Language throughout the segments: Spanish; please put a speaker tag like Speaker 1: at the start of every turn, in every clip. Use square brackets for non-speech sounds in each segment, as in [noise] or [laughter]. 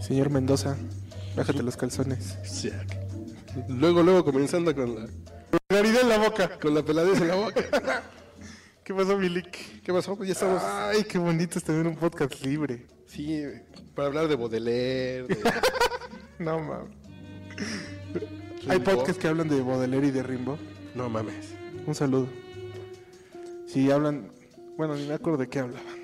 Speaker 1: Señor Mendoza, bájate los calzones.
Speaker 2: Siac. Luego, luego comenzando con la.
Speaker 1: Claridad en la boca.
Speaker 2: Con la peladez en la boca.
Speaker 1: ¿Qué pasó, Milik?
Speaker 2: [laughs] ¿Qué pasó? Pues ya estamos.
Speaker 1: Ay, qué bonito es tener un podcast libre.
Speaker 2: Sí, para hablar de Baudelaire, [laughs] de
Speaker 1: No mames. Hay
Speaker 2: Rimbaud.
Speaker 1: podcasts que hablan de Baudelaire y de Rimbo.
Speaker 2: No mames.
Speaker 1: Un saludo. Si hablan. Bueno, ni me acuerdo de qué hablaban.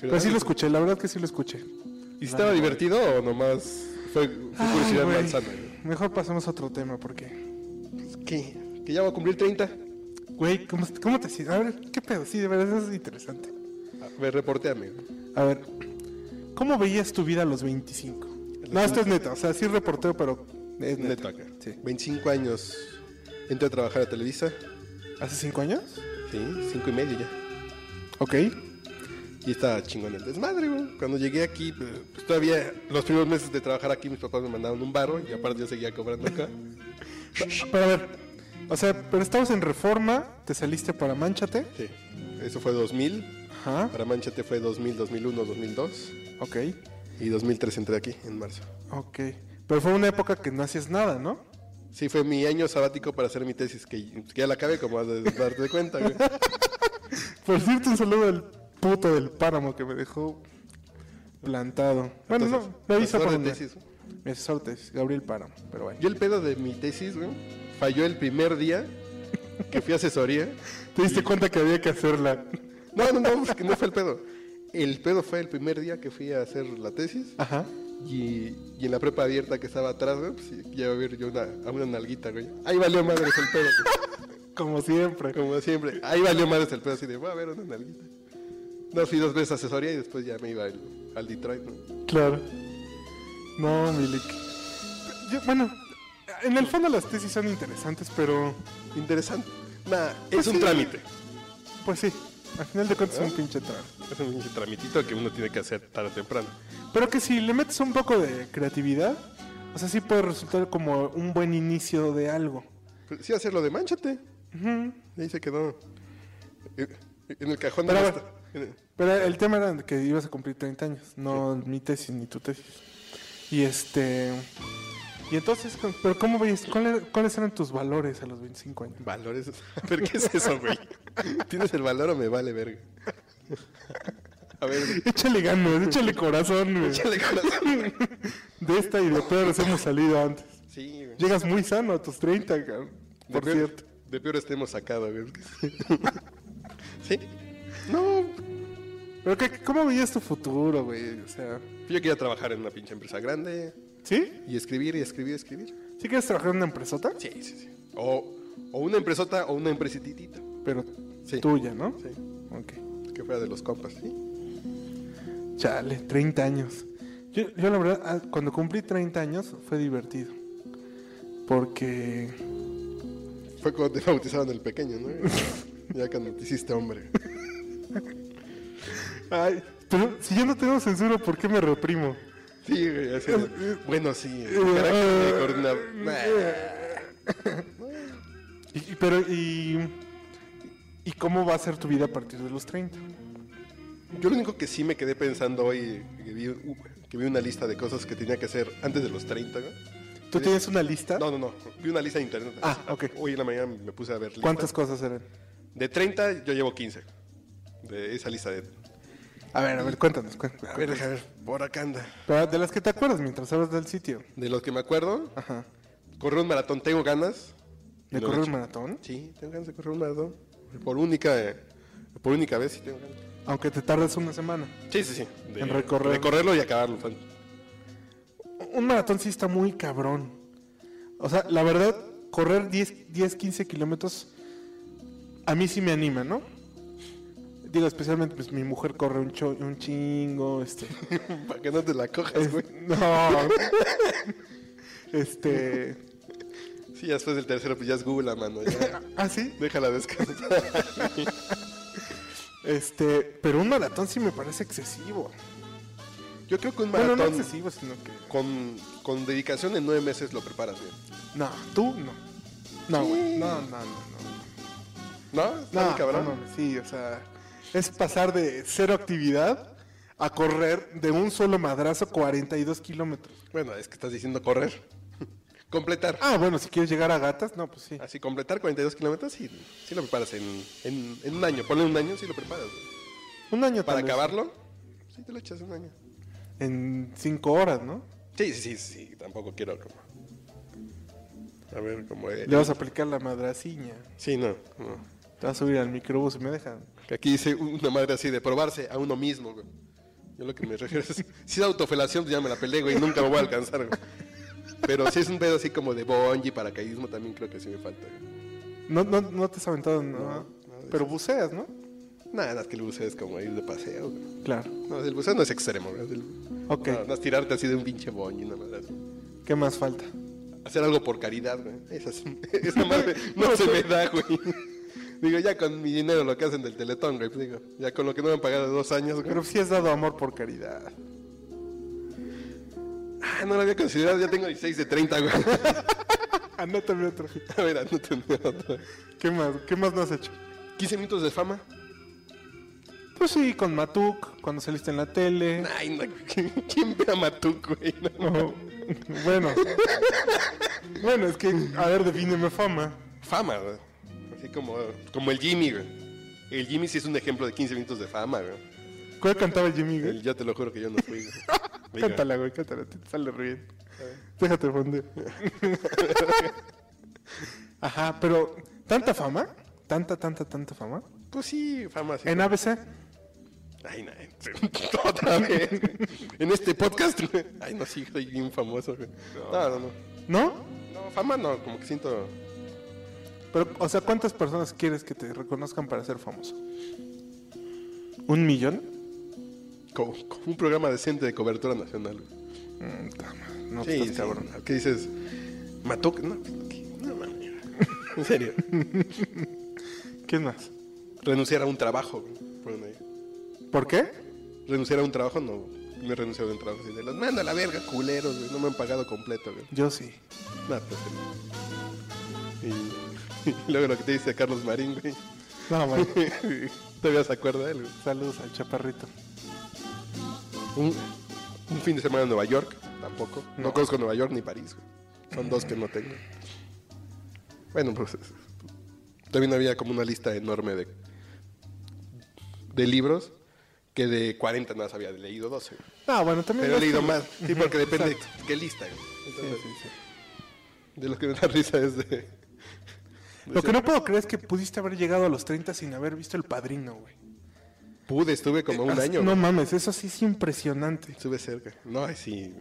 Speaker 1: Pero sí lo escuché, la verdad que sí lo escuché.
Speaker 2: ¿Y si estaba divertido o nomás fue, fue curiosidad
Speaker 1: Ay, güey.
Speaker 2: malsana?
Speaker 1: Mejor pasemos a otro tema porque. pues,
Speaker 2: ¿Qué? ¿Que ya va a cumplir 30?
Speaker 1: Güey, ¿cómo, cómo te sientes? A ver, ¿qué pedo? Sí, de verdad eso es interesante.
Speaker 2: A ver, reporteame.
Speaker 1: A ver, ¿cómo veías tu vida a los 25? No, esto es neta, o sea, sí reporteo, pero es neta.
Speaker 2: Neto acá.
Speaker 1: Sí.
Speaker 2: 25 años. Entré a trabajar a Televisa.
Speaker 1: ¿Hace 5 años?
Speaker 2: Sí, 5 y medio ya.
Speaker 1: Ok.
Speaker 2: Y estaba chingón el desmadre, güey. Cuando llegué aquí, pues, pues, todavía los primeros meses de trabajar aquí, mis papás me mandaron un barro y aparte yo seguía cobrando acá.
Speaker 1: Pero a ver, o sea, pero estabas en reforma, te saliste para Manchate.
Speaker 2: Sí. Eso fue 2000.
Speaker 1: Ajá,
Speaker 2: Para Manchate fue 2000, 2001, 2002.
Speaker 1: ok,
Speaker 2: Y 2003 entré aquí, en marzo.
Speaker 1: ok. Pero fue una época que no hacías nada, ¿no?
Speaker 2: Sí, fue mi año sabático para hacer mi tesis, que, que ya la acabé, como has de darte cuenta, güey.
Speaker 1: Por cierto, un saludo al puto del páramo que me dejó plantado. [laughs] Bueno,
Speaker 2: Entonces,
Speaker 1: no, me avisa
Speaker 2: asesor
Speaker 1: por
Speaker 2: de
Speaker 1: una-
Speaker 2: tesis.
Speaker 1: Mi asesor de tesis, Gabriel Páramo, pero bueno.
Speaker 2: Yo el pedo de mi tesis, güey, falló el primer día que fui a asesoría. [laughs]
Speaker 1: ¿Te diste cuenta que había que hacerla?
Speaker 2: No, no, no, pues que no fue el pedo. El pedo fue el primer día que fui a hacer la tesis
Speaker 1: Ajá.
Speaker 2: y, y en la prepa abierta que estaba atrás, güey, pues ya iba a ver yo una, a una nalguita, güey. Ahí valió madres el pedo, güey.
Speaker 1: Como siempre.
Speaker 2: como siempre. Ahí valió madres el pedo, así de, voy a ver una nalguita. No, fui dos veces a asesoría y después ya me iba al, al Detroit, ¿no?
Speaker 1: Claro. No, Milik. Yo- bueno, en el fondo las tesis son interesantes, pero
Speaker 2: Interesante. Nah, es
Speaker 1: Pues
Speaker 2: un
Speaker 1: sí.
Speaker 2: trámite.
Speaker 1: pues sí, al final de cuentas es un pinche trago.
Speaker 2: Es un pinche tramitito que uno tiene que hacer tarde o temprano.
Speaker 1: Pero que si le metes un poco de creatividad, o sea, sí puede resultar como un buen inicio de algo.
Speaker 2: Pero sí hacer lo de manchate.
Speaker 1: Ujú.
Speaker 2: Ahí se quedó. Eh, En el cajón de
Speaker 1: Pero
Speaker 2: la
Speaker 1: a ver.
Speaker 2: esta- en el-
Speaker 1: Pero el tema era que ibas a cumplir 30 años, no mi tesis ni tu tesis. Y este... Y entonces, ¿cu- ¿pero cómo veías? ¿Cuál era- ¿Cuáles eran tus valores a los 25 años? [laughs]
Speaker 2: Valores. [laughs] A ver, ¿qué es eso, güey? [laughs] ¿Tienes el valor o me vale verga? [laughs] A [laughs] ver,
Speaker 1: Échale ganas, échale corazón, güey.
Speaker 2: échale corazón.
Speaker 1: De esta y de peores hemos salido antes.
Speaker 2: Sí, güey.
Speaker 1: Llegas muy sano a tus 30, cabrón.
Speaker 2: De
Speaker 1: Por
Speaker 2: peor-
Speaker 1: cierto.
Speaker 2: De peores te hemos sacado, güey. [laughs] ¿Sí? No.
Speaker 1: Pero qué, ¿cómo veías tu futuro, güey? O sea,
Speaker 2: Yo quería trabajar en una pinche empresa grande
Speaker 1: ¿sí?
Speaker 2: y escribir y escribir y escribir.
Speaker 1: ¿Sí quieres trabajar en una empresota?
Speaker 2: Sí, sí, sí. O, o una empresota o una empresititita.
Speaker 1: Pero
Speaker 2: Sí.
Speaker 1: tuya, ¿no?
Speaker 2: Sí.
Speaker 1: Ok.
Speaker 2: Que fuera de los compas, ¿sí?
Speaker 1: Chale, 30 años. Yo, yo la verdad, ah, cuando cumplí 30 años fue divertido. Porque...
Speaker 2: Fue cuando te [laughs] bautizaron el pequeño, ¿no? [laughs] ya cuando te hiciste hombre.
Speaker 1: Ay, pero si yo no tengo censura, ¿por qué me reprimo?
Speaker 2: Sí, güey, así de, Bueno, sí.
Speaker 1: [laughs]
Speaker 2: el
Speaker 1: Eh,
Speaker 2: carácter de coordinador. Nah.
Speaker 1: Y- y- pero, y... ¿Y cómo va a ser tu vida a partir de los 30?
Speaker 2: Yo lo único que sí me quedé pensando hoy, que vi, uh, que vi una lista de cosas que tenía que hacer antes de los 30, güey.
Speaker 1: ¿Tú tienes una lista?
Speaker 2: No, no, no. Vi una lista de internet.
Speaker 1: Ah, ok.
Speaker 2: Hoy en la mañana me puse a ver. listas.
Speaker 1: ¿Cuántas cosas eran?
Speaker 2: De 30, yo llevo 15. De esa lista de.
Speaker 1: A ver, a ver, cuéntanos, cuéntanos.
Speaker 2: A ver, déjame ver. Por acá anda.
Speaker 1: Pero Ah, de las que te acuerdas mientras hablas del sitio.
Speaker 2: De los que me acuerdo,
Speaker 1: Ajá.
Speaker 2: correr un maratón, tengo ganas.
Speaker 1: ¿De
Speaker 2: Lo he
Speaker 1: correr
Speaker 2: hecho.
Speaker 1: un maratón?
Speaker 2: Sí, tengo ganas de correr un maratón. Por única, eh, por única vez sí tengo ganas.
Speaker 1: Aunque te tardes una semana.
Speaker 2: Sí, sí, sí. De,
Speaker 1: En recorrer.
Speaker 2: de correrlo y acabarlo. Tan-
Speaker 1: Un maratón sí está muy cabrón. O sea, la verdad, correr 10, 10 15 kilómetros a mí sí me anima, ¿no? Digo, especialmente pues mi mujer corre un, cho- un chingo,
Speaker 2: [laughs]
Speaker 1: este...
Speaker 2: [laughs] Para que no te la cojas,
Speaker 1: es-
Speaker 2: güey.
Speaker 1: [laughs] no. este...
Speaker 2: Sí, ya después del tercero, pues ya es Google la mano.
Speaker 1: [laughs]
Speaker 2: Ya.
Speaker 1: ¿Ah, sí?
Speaker 2: Déjala descansar.
Speaker 1: Este... Pero un maratón sí me parece excesivo.
Speaker 2: Yo creo que un
Speaker 1: Bueno,
Speaker 2: maratón
Speaker 1: no excesivo, sino que...
Speaker 2: con, con dedicación en nueve meses lo preparas bien.
Speaker 1: No, tú no. No, güey. No, no, no, no.
Speaker 2: ¿No? ¿Está
Speaker 1: No,
Speaker 2: muy cabrón?
Speaker 1: no mames, sí, o sea, es pasar de cero actividad a correr de un solo madrazo 42 kilómetros.
Speaker 2: Bueno, es que estás diciendo correr. [laughs] completar.
Speaker 1: Ah, bueno, si quieres llegar a gatas, no, pues sí.
Speaker 2: Así, completar 42 kilómetros, sí, sí lo preparas en, en, en un año. Ponle un año, sí lo preparas. güey.
Speaker 1: Un año
Speaker 2: Para
Speaker 1: tal vez.
Speaker 2: acabarlo, sí te lo echas un año.
Speaker 1: En cinco horas, ¿no?
Speaker 2: Sí, sí, sí, sí, tampoco quiero como... A ver, como... eh,
Speaker 1: Le vas a aplicar la madraciña.
Speaker 2: Sí, no, no.
Speaker 1: Te vas a subir al microbús y me dejan.
Speaker 2: Que Aquí dice una madre así de probarse a uno mismo, güey. Yo lo que me refiero es, [laughs] si es autofelación, pues ya me la peleé, güey, nunca me voy a alcanzar, güey. Pero si es un pedo así como de bungee, paracaidismo, también creo que sí me falta, güey.
Speaker 1: No, no, no te has aventado, no.
Speaker 2: No, no,
Speaker 1: Pero buceas, ¿no?
Speaker 2: Nada, nada, que el buceo es como ir de paseo, güey.
Speaker 1: Claro.
Speaker 2: No, el buceo no es extremo, güey. El-
Speaker 1: Ok.
Speaker 2: No, no es tirarte así de un pinche bungee, nada más.
Speaker 1: ¿Qué más falta?
Speaker 2: Hacer algo por caridad, güey. Esa, es- [laughs] esa madre no se me da, güey. Digo, ya con mi dinero lo que hacen del teletón, güey. pues Digo, ya con lo que no me han pagado dos años, güey.
Speaker 1: Pero sí has dado amor por caridad.
Speaker 2: Ah, no lo había considerado, ya tengo 16 de 30, güey. [laughs]
Speaker 1: Anótame Ah, otro.
Speaker 2: A ver, no tenía otro.
Speaker 1: ¿Qué más? ¿Qué más no has hecho?
Speaker 2: 15 minutos de fama.
Speaker 1: Pues sí, con Matuk, cuando saliste en la tele.
Speaker 2: Ay, no, ¿quién ve a Matuk, güey? No, no.
Speaker 1: Oh, [laughs] bueno. bueno, es que, a ver, defíneme fama.
Speaker 2: Fama, güey. Así como, como el Jimmy, güey. El Jimmy sí es un ejemplo de 15 minutos de fama, güey.
Speaker 1: ¿Cuál cantaba Jimmy, güey?
Speaker 2: El- yo te lo juro que yo no fui, güey.
Speaker 1: [laughs]
Speaker 2: Digo,
Speaker 1: Cántala, güey, cántala, te sale bien. Déjate fundir. Ajá, pero tanta fama, tanta, tanta, tanta fama.
Speaker 2: Pues sí, fama sí.
Speaker 1: En ABC,
Speaker 2: Ay, no, en- [laughs] otra vez. güey. En este podcast, güey. Ay, no, sí, soy bien famoso, güey. No, no, no.
Speaker 1: ¿no?
Speaker 2: No, fama no, como que siento...
Speaker 1: Pero, o sea, ¿cuántas personas quieres que te reconozcan para ser famoso? ¿Un millón?
Speaker 2: Como, como un programa decente de cobertura nacional, güey.
Speaker 1: Mm, ta madre, no
Speaker 2: Sí,
Speaker 1: estás
Speaker 2: sí,
Speaker 1: cabrón.
Speaker 2: ¿no? ¿Qué dices? ¿Mató? No, ¿qué? no mames. En serio.
Speaker 1: ¿Quién más?
Speaker 2: Renunciar a un trabajo. güey, ponen ahí.
Speaker 1: ¿Por qué?
Speaker 2: Renunciar a un trabajo, no. No he renunciado a un trabajo. Así de las manda a la verga, culeros, güey. No me han pagado completo, güey.
Speaker 1: Yo sí.
Speaker 2: No, pues, y, [laughs] y luego lo que te dice Carlos Marín, güey. [laughs]
Speaker 1: No, bueno.
Speaker 2: Todavía se acuerda de él, güey.
Speaker 1: [laughs] Saludos al chaparrito.
Speaker 2: Un, un fin de semana en Nueva York, tampoco. No,
Speaker 1: No.
Speaker 2: conozco Nueva York ni París, güey. Son dos que no tengo. Bueno, pues. También había como una lista enorme de, de libros que de 40 nada más había leído 12. güey.
Speaker 1: No, bueno, también.
Speaker 2: Pero he
Speaker 1: no
Speaker 2: leído
Speaker 1: es-
Speaker 2: más. Sí, porque depende de qué lista, güey. Entonces, De los que me da risa es de.
Speaker 1: Lo que no puedo creer es que pudiste haber llegado a los 30 sin haber visto el padrino, güey.
Speaker 2: Pude, estuve como un
Speaker 1: Ah,
Speaker 2: año.
Speaker 1: No
Speaker 2: güey.
Speaker 1: mames, eso sí es impresionante.
Speaker 2: Estuve cerca. No, ay, sí.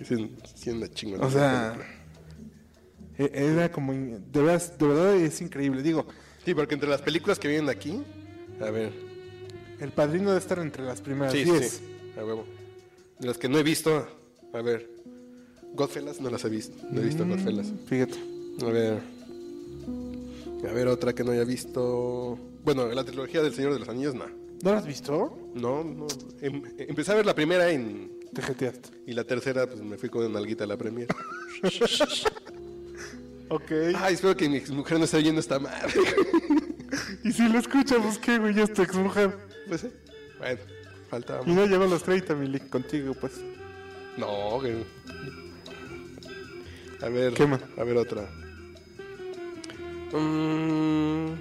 Speaker 2: Es un- sí, una chingona.
Speaker 1: O sea, e- era como. in- De verdad, de verdad es increíble. Digo,
Speaker 2: Sí, porque entre las películas que vienen aquí. A ver.
Speaker 1: el padrino debe estar entre las primeras
Speaker 2: Sí,
Speaker 1: 10.
Speaker 2: sí, a huevo. De las que no he visto, a ver. Godfellas no las he visto. No he
Speaker 1: Mm.
Speaker 2: visto Godfellas.
Speaker 1: Fíjate.
Speaker 2: A ver. A ver, otra que no haya visto. Bueno, la trilogía del Señor de los Anillos, no.
Speaker 1: ¿No lo has visto?
Speaker 2: No, no. Em- empecé a ver la primera en.
Speaker 1: Te jeteaste.
Speaker 2: Y la tercera, pues me fui con una nalguita a la premier. [laughs]
Speaker 1: Ok.
Speaker 2: Ay, espero que mi mujer no esté oyendo esta madre.
Speaker 1: Y si lo escuchamos, ¿qué, güey? Ya es tu exmujer.
Speaker 2: Pues, eh, bueno, faltaba.
Speaker 1: Y no llegó a los 30, mi lic, contigo, pues.
Speaker 2: No, que... A ver,
Speaker 1: ¿Qué más?
Speaker 2: a ver otra. Mm,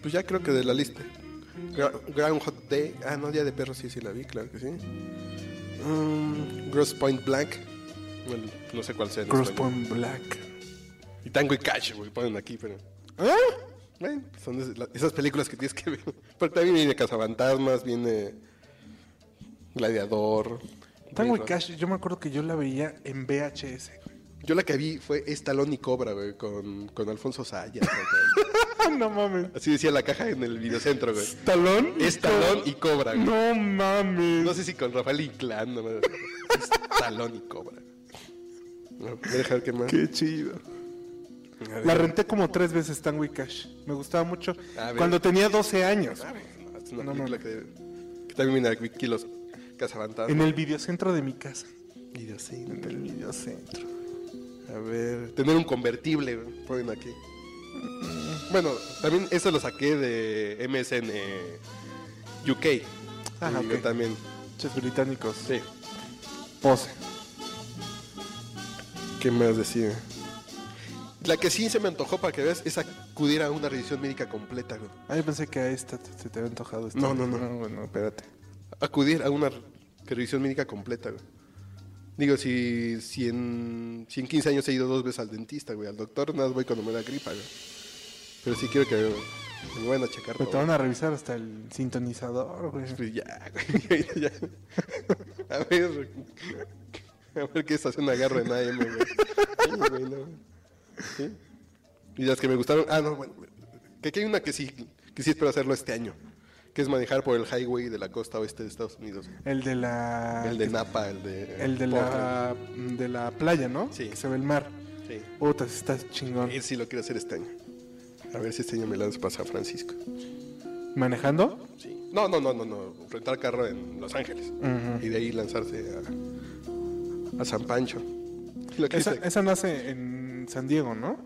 Speaker 2: pues ya creo que de la lista. Gra- Groundhog Day. Ah, no, Día de Perro sí, sí la vi, claro que sí. Mm, Gross Point Blank. Bueno, no sé cuál sea. en español.
Speaker 1: Crosspoint Black.
Speaker 2: Y Tango y Cash, güey, ponen aquí, pero...
Speaker 1: ¿Eh?
Speaker 2: Bueno, son esas- la- esas películas que tienes que ver. [laughs] Porque también viene Cazafantasmas, viene Gladiador.
Speaker 1: Tango y
Speaker 2: Blade Runner.
Speaker 1: Cash, yo me acuerdo que yo la veía en VHS.
Speaker 2: [laughs] Yo la que vi fue Estalón y Cobra, güey, con, con Alfonso Sayas. güey.
Speaker 1: Ah, no mames.
Speaker 2: Así decía la caja en el videocentro, güey.
Speaker 1: ¿Talón?
Speaker 2: Estalón y Cobra, güey.
Speaker 1: No mames.
Speaker 2: No sé si con Rafael Inclán, no me Estalón y Cobra. No, voy a dejar que más.
Speaker 1: Qué chido.
Speaker 2: A ver.
Speaker 1: La renté como tres veces Tango y Cash. Me gustaba mucho.
Speaker 2: A ver.
Speaker 1: Cuando tenía 12 años.
Speaker 2: Ah, güey, no, es una
Speaker 1: No,
Speaker 2: película
Speaker 1: no.
Speaker 2: que, que también viene aquí los Cazafantasmas.
Speaker 1: En el videocentro de mi casa.
Speaker 2: Videocentro.
Speaker 1: En el videocentro.
Speaker 2: A ver, tener un convertible, güey, ponen aquí. Bueno, también eso lo saqué de MSN eh, UK.
Speaker 1: Ah,
Speaker 2: Y yo
Speaker 1: ok.
Speaker 2: también.
Speaker 1: Pinches británicos.
Speaker 2: Sí.
Speaker 1: Pose.
Speaker 2: ¿Qué más decía? La que sí se me antojó para que veas es acudir a una revisión médica completa, güey.
Speaker 1: Ah, yo pensé que a esta te- se te había antojado. esta.
Speaker 2: No, no, no.
Speaker 1: bueno, espérate.
Speaker 2: Acudir a una revisión médica completa, güey. Digo, si, si, en, si en 15 años he ido dos veces al dentista, güey, al doctor, nada más voy cuando me da gripa, güey. Pero sí quiero que me- que me vayan a checar
Speaker 1: Pero te
Speaker 2: todo.
Speaker 1: van a revisar hasta el sintonizador, güey.
Speaker 2: Pues ya, güey, [laughs] ya. A ver, a ver qué estación agarro en AM, güey. Sí, güey, no. Sí. Y las que me gustaron, ah, no, bueno, que aquí hay una que sí, que sí espero hacerlo este año, que es manejar por el highway de la costa oeste de Estados Unidos.
Speaker 1: El de la.
Speaker 2: El de Napa, el de...
Speaker 1: Ah, El de la, de la playa, ¿no?
Speaker 2: Sí.
Speaker 1: Que se ve el mar.
Speaker 2: Portland. Sí.
Speaker 1: Puta, sí está chingón.
Speaker 2: Él sí lo quiero hacer este año. A ver si este año me lanzo para San Francisco.
Speaker 1: ¿Manejando?
Speaker 2: Sí. No, no, no, no, no. Rentar carro en Los Ángeles.
Speaker 1: Ujú.
Speaker 2: Y de ahí lanzarse a, a San Pancho. Lo que
Speaker 1: Esa,
Speaker 2: hice-
Speaker 1: esa nace en San Diego, ¿no?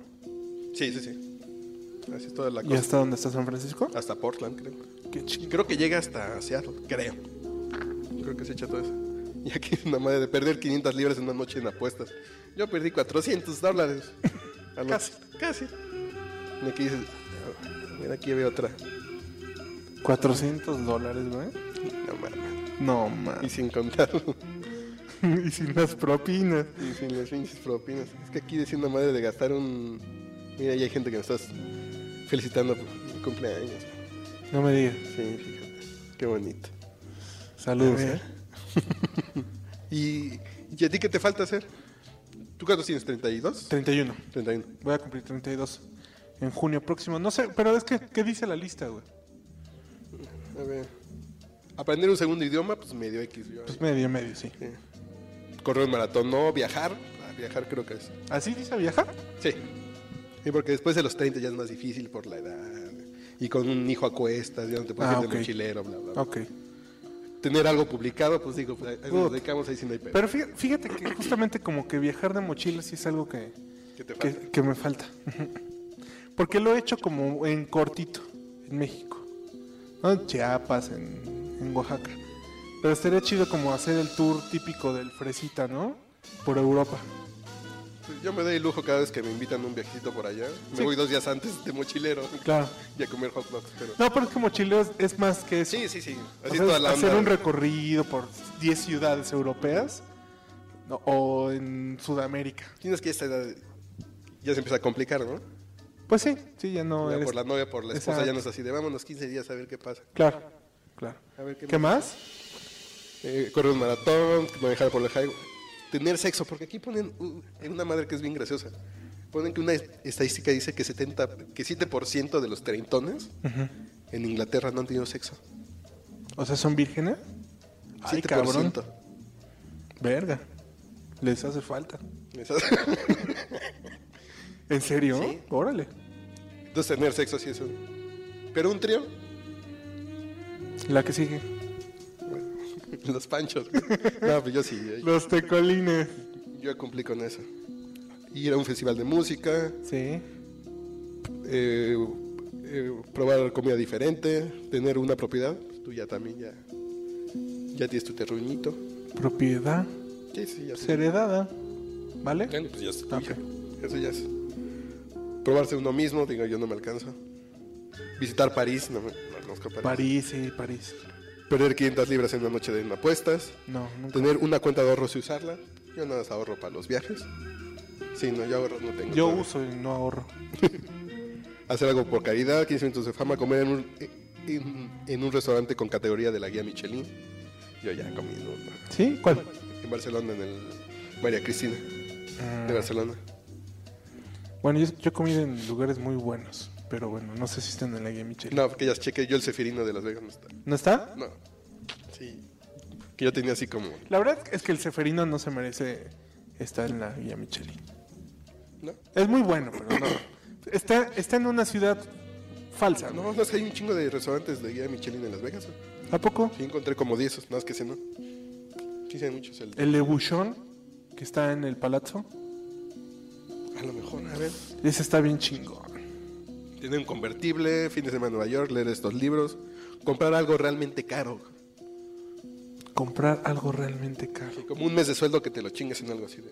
Speaker 2: Sí, sí, sí. Así es toda la Ah.
Speaker 1: ¿Y
Speaker 2: cosa.
Speaker 1: hasta dónde está San Francisco?
Speaker 2: Hasta Portland, creo.
Speaker 1: Qué chingón.
Speaker 2: Creo que llega hasta Seattle, creo. Creo que se echa todo eso. Y aquí [laughs] es una madre de perder 500 libras en una noche en apuestas. Yo perdí 400 dólares.
Speaker 1: [laughs]
Speaker 2: A los-
Speaker 1: Casi.
Speaker 2: Casi. Y aquí dices, "Ah, mira, aquí había otra.
Speaker 1: 400 dólares, güey.
Speaker 2: No mames.
Speaker 1: No,
Speaker 2: Y
Speaker 1: man. [laughs]
Speaker 2: sin contar.
Speaker 1: y sin las propinas.
Speaker 2: y sin las pinches propinas. Es que aquí decía una madre de gastar un. Mira, ya hay gente que me estás felicitando por mi cumpleaños.
Speaker 1: No me digas.
Speaker 2: Sí, fíjate. Qué bonito.
Speaker 1: Saludos,
Speaker 2: A ver.
Speaker 1: ¿eh?
Speaker 2: ¿Y, ¿Y a ti qué te falta hacer? ¿Tú cuántos tienes? ¿32?
Speaker 1: 31.
Speaker 2: 31.
Speaker 1: Voy a cumplir 32 en junio próximo. No sé, pero es que, ¿qué dice la lista, güey?
Speaker 2: A ver. Aprender un segundo idioma, pues medio X. yo.
Speaker 1: Pues medio, medio, sí.
Speaker 2: Sí. Correr un maratón, no. Viajar. Ah, viajar creo que es.
Speaker 1: ¿Así dice viajar?
Speaker 2: Sí. Sí, porque después de los 30 ya es más difícil por la edad. Y con un hijo a cuestas, ya no te puedes
Speaker 1: Ah,
Speaker 2: ir
Speaker 1: ok.
Speaker 2: de mochilero, bla, bla, bla.
Speaker 1: Ok.
Speaker 2: Tener algo publicado, pues digo, pues, ahí nos
Speaker 1: Puta.
Speaker 2: dedicamos ahí sin hay pedo.
Speaker 1: Pero fí- fíjate que justamente como que viajar de mochila sí es algo que,
Speaker 2: ¿Qué te falta?
Speaker 1: que, que me falta. [laughs] Porque lo he hecho como en cortito, en México. ¿no? En Chiapas, en, en Oaxaca. Pero estaría chido como hacer el tour típico del Fresita, ¿no? Por Europa.
Speaker 2: Pues, Yo me doy el lujo cada vez que me invitan a un viajecito por allá. Me
Speaker 1: Sí.
Speaker 2: voy dos días antes de mochilero
Speaker 1: Claro.
Speaker 2: [laughs] y a comer hot dogs, pero...
Speaker 1: No, pero es que mochileo es, es más que eso.
Speaker 2: Sí, sí, sí.
Speaker 1: O
Speaker 2: Así
Speaker 1: sea,
Speaker 2: toda la
Speaker 1: hacer
Speaker 2: onda.
Speaker 1: un recorrido por 10 ciudades europeas ¿no? o en Sudamérica.
Speaker 2: Tienes que esta edad ya se empieza a complicar, ¿no?
Speaker 1: Pues sí, sí, ya no
Speaker 2: Ya
Speaker 1: eres...
Speaker 2: por la novia, por la esposa,
Speaker 1: Exacto.
Speaker 2: ya no es así de vámonos 15 días a ver qué pasa.
Speaker 1: Claro, claro.
Speaker 2: A ver qué,
Speaker 1: ¿Qué más?
Speaker 2: Eh, correr un maratón, manejar por el highway. Tener sexo, porque aquí ponen uh, hay una madre que es bien graciosa. Ponen que una es- estadística dice que 70, que 7% de los treintones en Inglaterra no han tenido sexo.
Speaker 1: O sea, ¿son vírgenes? Ay,
Speaker 2: 7%.
Speaker 1: cabrón. Verga. Les hace falta.
Speaker 2: Esas-
Speaker 1: ¿En serio?
Speaker 2: Sí.
Speaker 1: Órale.
Speaker 2: [laughs] Entonces tener sexo sí es un... Pero un trío, [laughs]
Speaker 1: La que sigue.
Speaker 2: los panchos. [laughs] No, pues yo sí. yo-
Speaker 1: Los tecolines.
Speaker 2: Yo cumplí con eso. Ir a un festival de música,
Speaker 1: Sí.
Speaker 2: eh, eh, probar comida diferente, tener una propiedad. Tú ya también ya, ya tienes tu terruñito.
Speaker 1: Propiedad.
Speaker 2: Sí, sí, ya.
Speaker 1: pues,
Speaker 2: sí.
Speaker 1: Heredada. ¿Vale?
Speaker 2: Bueno, pues ya es tu
Speaker 1: Ok.
Speaker 2: hija. Eso ya es. Probarse uno mismo, digo, yo no me alcanzo. Visitar París, no me no conozco París.
Speaker 1: París, sí, París.
Speaker 2: Perder 500 libras en una noche de apuestas.
Speaker 1: No, nunca.
Speaker 2: Tener una cuenta de ahorros y usarla. Yo nada más ahorro para los viajes. Sí, no, yo ahorros no tengo.
Speaker 1: Yo
Speaker 2: todavía.
Speaker 1: uso y no ahorro.
Speaker 2: hacer algo por caridad, 15 minutos de fama, comer en un, en, en un restaurante con categoría de la guía Michelin. Yo ya comí en, un-
Speaker 1: ¿Sí? ¿Cuál?
Speaker 2: en Barcelona, en el María Cristina de Barcelona.
Speaker 1: Bueno, yo, yo he comido en lugares muy buenos. Pero bueno, no sé si están en la guía Michelin.
Speaker 2: No, porque ya chequé, yo el Cefirino de Las Vegas no está.
Speaker 1: ¿No está?
Speaker 2: No, sí. Que yo tenía así como,
Speaker 1: La verdad es que el ceferino no se merece estar en la guía Michelin.
Speaker 2: ¿no?
Speaker 1: Es muy bueno, pero no. Está, está en una ciudad falsa, ¿no?
Speaker 2: No, no, es que hay un chingo de restaurantes de guía Michelin en Las Vegas. ¿eh?
Speaker 1: ¿A poco?
Speaker 2: Sí, encontré como 10, nada más que ese no. Sí, sí, hay muchos. El,
Speaker 1: El Lebuchón, que está en el palazzo,
Speaker 2: a lo mejor, a ver.
Speaker 1: ese está bien chingón.
Speaker 2: Tener un convertible, fin de semana en Nueva York, leer estos libros, comprar algo realmente caro.
Speaker 1: comprar algo realmente caro.
Speaker 2: Como un mes de sueldo que te lo chingues en algo así de.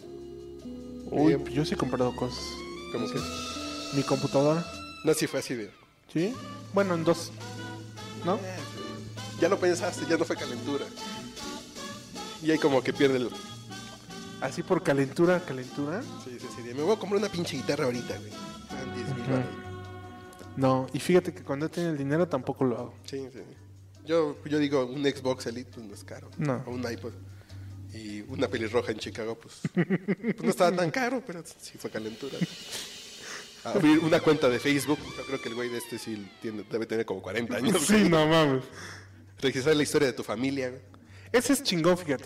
Speaker 1: Uy,
Speaker 2: Bien.
Speaker 1: yo sí he comprado cosas.
Speaker 2: Como que.
Speaker 1: Mi computadora,
Speaker 2: No, si fue así de.
Speaker 1: ¿sí? Bueno, en dos. ¿No?
Speaker 2: Eh. Ya lo pensaste, ya no fue calentura. Y ahí como que pierde el.
Speaker 1: Así por calentura, calentura.
Speaker 2: Sí, sí, sí. de, Me voy a comprar una pinche guitarra ahorita, güey. Ah, 10 mil
Speaker 1: Ujú.
Speaker 2: baros, güey.
Speaker 1: No, y fíjate que cuando tiene el dinero tampoco lo
Speaker 2: [laughs]
Speaker 1: hago.
Speaker 2: Sí, sí. Yo, yo digo, un Xbox Elite pues no es caro.
Speaker 1: No.
Speaker 2: O un iPod. Y una pelirroja en Chicago, pues, pues no estaba tan caro, pero sí
Speaker 1: [laughs]
Speaker 2: fue calentura. Abrir una cuenta de Facebook, yo creo que el güey de este sí tiene- debe tener como 40 años.
Speaker 1: Sí, no mames.
Speaker 2: Registrar la historia de tu familia. güey.
Speaker 1: Ese es chingón, fíjate.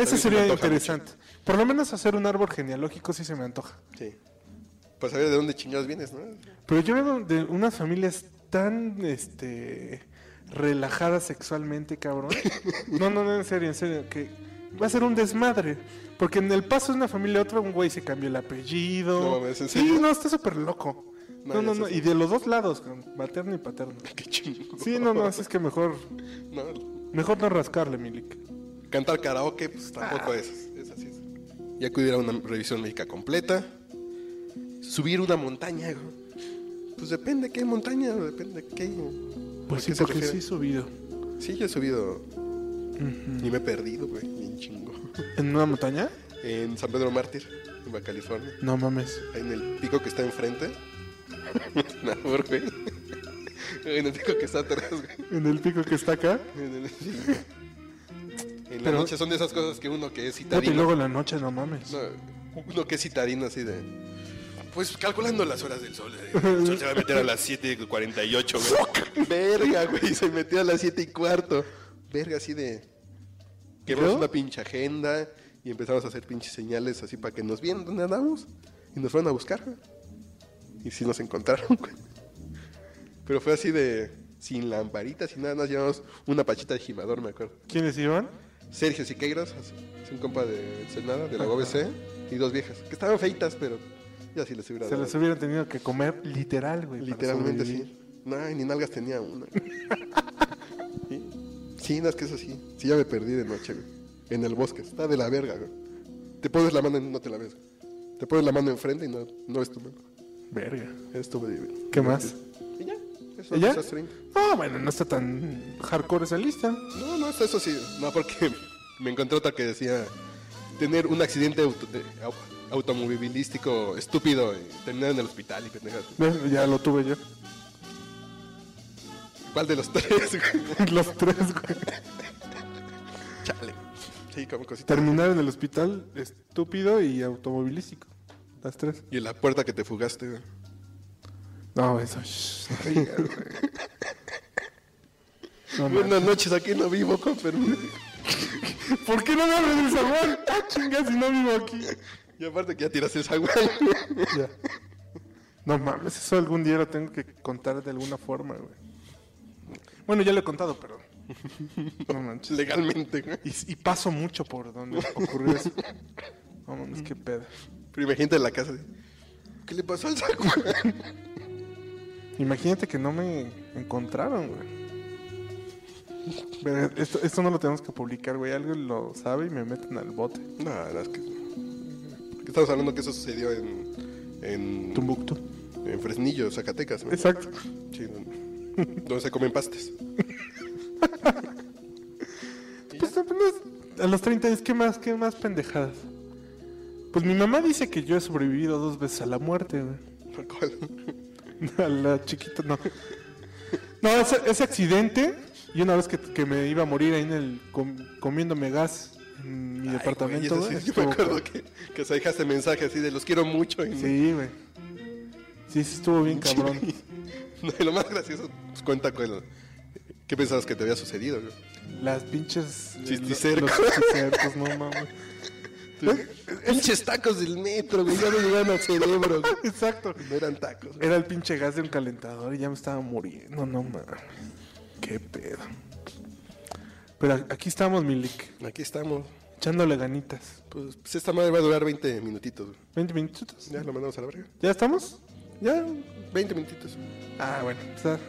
Speaker 1: Ese
Speaker 2: también se me
Speaker 1: sería
Speaker 2: antoja
Speaker 1: interesante. Por lo menos hacer un árbol genealógico sí se me antoja.
Speaker 2: Sí. Para saber de dónde chingados vienes, ¿no? [laughs]
Speaker 1: Pero yo vengo de unas familias tan, este, relajadas sexualmente, cabrón. No, no, no, en serio, en serio, que va a ser un desmadre. Porque en el paso de una familia a otra, un güey se cambió el apellido.
Speaker 2: No mames, ¿en
Speaker 1: sí,
Speaker 2: serio?
Speaker 1: no, está súper loco. No,
Speaker 2: No, ya
Speaker 1: no,
Speaker 2: sé,
Speaker 1: no,
Speaker 2: sí.
Speaker 1: y de los dos lados, cabrón, materno y paterno.
Speaker 2: Qué chingón.
Speaker 1: Sí, no, no, así es que mejor,
Speaker 2: No,
Speaker 1: mejor no rascarle, Milik.
Speaker 2: Cantar karaoke, pues tampoco es. Es así. es. Ya acudir a una revisión médica completa. Subir una montaña. güey. Pues depende qué montaña, depende qué.
Speaker 1: Pues sí,
Speaker 2: qué se
Speaker 1: porque sí
Speaker 2: refiere?
Speaker 1: he subido.
Speaker 2: Sí, yo he subido. Y me he perdido, güey. Bien chingo. [laughs]
Speaker 1: ¿En una montaña?
Speaker 2: En San Pedro Mártir, en Baja California.
Speaker 1: No mames.
Speaker 2: En el pico que está enfrente. [laughs] no, güey. [laughs] En el pico que está atrás, güey.
Speaker 1: ¿En el pico que está acá?
Speaker 2: [laughs] En, el- sí. En la
Speaker 1: Pero-
Speaker 2: noche son de esas cosas que uno que es
Speaker 1: Y
Speaker 2: citadino.
Speaker 1: luego en la noche, no mames.
Speaker 2: no, uno que es citadino así de. Pues calculando las horas del sol. [laughs] eh, El sol se va a meter a las 7.48, güey. Verga, güey. Se metió a las 7 y cuarto. Verga, así de. Quebramos
Speaker 1: luego?
Speaker 2: una pinche agenda y empezamos a hacer pinches señales así para que nos vieran dónde andamos. Y nos fueron a buscar, güey. Y sí nos encontraron, [laughs] güey. Pero fue así de. Sin lamparita, sin nada, nos llevamos una pachita de gimador, me acuerdo.
Speaker 1: ¿Quiénes iban?
Speaker 2: Sergio Siqueiros, es un compa de Ensenada, de la UABC, y dos viejas, que estaban feitas, pero ya sí les hubiera
Speaker 1: Se
Speaker 2: dado.
Speaker 1: las hubieran tenido que comer literal, güey. para
Speaker 2: Literalmente
Speaker 1: sobrevivir.
Speaker 2: sí. No, y ni nalgas tenía una. sí, Sí, no, es que eso sí. Sí, ya me perdí de noche, güey. En el bosque, está de la verga, güey. Te pones la mano y no te la ves. güey. Te pones la mano enfrente y no, no ves tu mano.
Speaker 1: Verga.
Speaker 2: Estuvo bien.
Speaker 1: ¿Qué más?
Speaker 2: Y ya. Eso
Speaker 1: ¿Y ya?
Speaker 2: es stream.
Speaker 1: Ah, bueno, no está tan hardcore esa lista.
Speaker 2: No, no, eso, eso sí. No, porque [laughs] me encontré otra que decía tener un accidente auto- de- au- automovilístico estúpido y terminar en el hospital y pendejas.
Speaker 1: Ve, Ya lo tuve yo. [laughs]
Speaker 2: ¿Cuál de los [laughs] tres? güey?
Speaker 1: Los tres, güey.
Speaker 2: Chale. Sí, como cosita.
Speaker 1: Terminar en el hospital estúpido y automovilístico. Las tres.
Speaker 2: Y en la puerta que te fugaste. güey.
Speaker 1: No, eso. shh, no
Speaker 2: [laughs]
Speaker 1: digas, güey. No, mames.
Speaker 2: Buenas noches, aquí no vivo, pero [laughs]
Speaker 1: ¿Por qué no me abres el sabor? Ah, chingas, si no vivo aquí.
Speaker 2: Y aparte que ya tiraste el agua.
Speaker 1: Ya. No mames, eso algún día lo tengo que contar de alguna forma, güey. Bueno, ya lo he contado, pero. No manches.
Speaker 2: [laughs] Legalmente, güey.
Speaker 1: Y, y paso mucho por donde ocurrió eso. No mames, qué pedo.
Speaker 2: Pero imagínate en la casa. de, ¿Qué le pasó al saco?
Speaker 1: Imagínate que no me encontraron, güey. Pero esto, esto no lo tenemos que publicar, güey. Alguien lo sabe y me meten al bote.
Speaker 2: [laughs] No, no, es que... porque Estamos hablando que eso sucedió en... En,
Speaker 1: Tumbucto.
Speaker 2: en Fresnillo, Zacatecas. ¿no?
Speaker 1: Exacto.
Speaker 2: Sí, no- [laughs] donde se comen pastes.
Speaker 1: Pues apenas a los 30 años, ¿qué más? ¿Qué más pendejadas? Pues mi mamá dice que yo he sobrevivido dos veces a la muerte, güey. [laughs] A la chiquita, no. No, ese, ese accidente y una vez que, que me iba a morir ahí en el com- comiéndome gas en mi departamento.
Speaker 2: Ay, güey,
Speaker 1: güey,
Speaker 2: eso sí, yo me
Speaker 1: estuvo
Speaker 2: acuerdo
Speaker 1: cabrón.
Speaker 2: que, que se dejaste mensaje así de los quiero mucho. Y,
Speaker 1: Sí, güey. Sí, sí estuvo bien cabrón.
Speaker 2: No, y [laughs] lo más gracioso, pues cuenta con el- ¿Qué pensabas que te había sucedido? güey?
Speaker 1: Las pinches eh,
Speaker 2: Chisticercos.
Speaker 1: los chisticercos, no
Speaker 2: [laughs]
Speaker 1: mames. Pues,
Speaker 2: Pinches tacos del metro, güey. Ya me llegaron al cerebro. güey.
Speaker 1: Exacto.
Speaker 2: No eran tacos. güey.
Speaker 1: Era el pinche gas de un calentador y ya me estaba muriendo, no mames. Qué pedo. Pero a- aquí estamos, Milik,
Speaker 2: Aquí estamos.
Speaker 1: echándole ganitas.
Speaker 2: Pues, pues esta madre va a durar 20 minutitos. güey.
Speaker 1: 20 minutitos.
Speaker 2: Ya lo mandamos a la verga.
Speaker 1: ¿Ya estamos?
Speaker 2: Ya, 20 minutitos.
Speaker 1: Ah, bueno. O sea,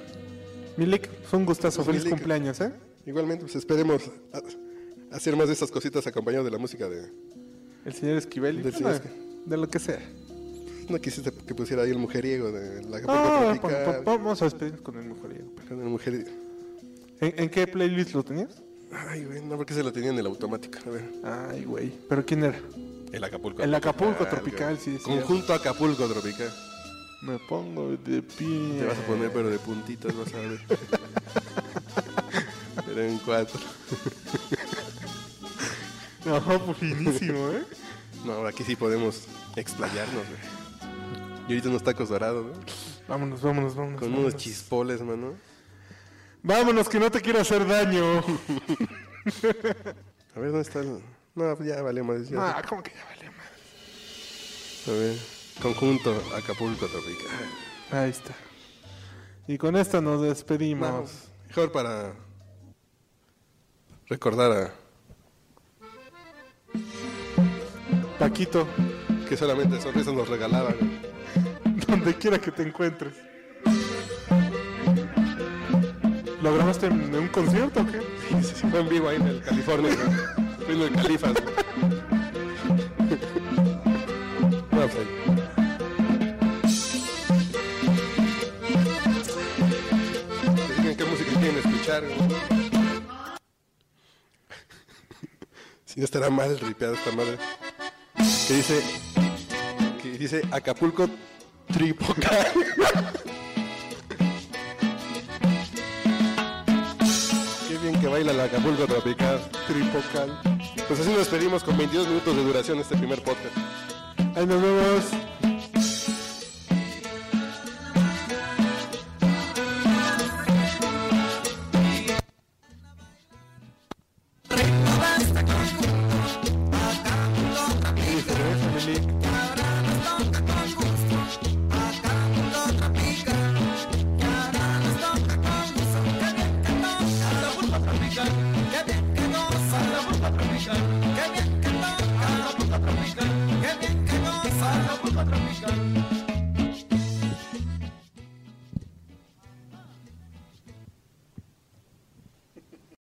Speaker 1: Milik, fue un gustazo.
Speaker 2: Pues,
Speaker 1: Feliz
Speaker 2: Milik.
Speaker 1: cumpleaños, ¿eh?
Speaker 2: Igualmente, pues esperemos a- hacer más de esas cositas acompañado de la música de...
Speaker 1: El señor Esquivel. y
Speaker 2: Del
Speaker 1: bueno,
Speaker 2: señor
Speaker 1: de lo que sea.
Speaker 2: No quisiste que pusiera ahí el mujeriego de la
Speaker 1: No,
Speaker 2: Acapulco Tropical,
Speaker 1: pon- pon- Ah, pues, vamos a despedirnos con el mejor Diego.
Speaker 2: con el mujeriego.
Speaker 1: ¿En, en qué playlist lo tenías?
Speaker 2: Ay, güey, no, porque se lo tenía en el automático. A ver.
Speaker 1: Ay, güey. ¿Pero quién era?
Speaker 2: El Acapulco.
Speaker 1: El Acapulco Tropical,
Speaker 2: güey.
Speaker 1: sí, sí.
Speaker 2: Conjunto Acapulco Tropical.
Speaker 1: Me pongo de pie.
Speaker 2: Te vas a poner, pero de puntitas, vas a
Speaker 1: [laughs]
Speaker 2: ver. Pero en cuatro.
Speaker 1: No, pues finísimo, [laughs] ¿eh?
Speaker 2: No, ahora aquí sí podemos explayarnos, güey. Y ahorita unos tacos dorados, ¿no?
Speaker 1: Vámonos, vámonos, vámonos.
Speaker 2: Con unos
Speaker 1: vámonos.
Speaker 2: chispoles, mano.
Speaker 1: Vámonos, que no te quiero hacer daño.
Speaker 2: A ver, ¿dónde está el...? No, ya vale más.
Speaker 1: [laughs]
Speaker 2: ya.
Speaker 1: ah, ¿cómo que ya vale, madre?
Speaker 2: A ver. Conjunto Acapulco Tropical.
Speaker 1: Ahí está. Y con esta nos despedimos.
Speaker 2: No, mejor para recordar a
Speaker 1: Paquito,
Speaker 2: que solamente sonrisas nos regalaban. güey.
Speaker 1: [laughs] donde quiera que te encuentres. ¿Lo grabaste en un concierto o qué?
Speaker 2: Fue en vivo ahí en el California. güey. Fue en el Califas. güey. No, pues, ahí. Que digan qué música quieren escuchar. güey. Si no estará mal ripeada esta madre. Que dice. Que dice Acapulco Tripoca. Qué bien que baila el Acapulco Tropical, tripocal. Pues así nos despedimos con 22 minutos de duración este primer podcast.
Speaker 1: Ahí nos vemos. Listo, ¿eh, Emily?
Speaker 3: Qué bien que toca la puta tropical, qué bien que goza la puta tropical,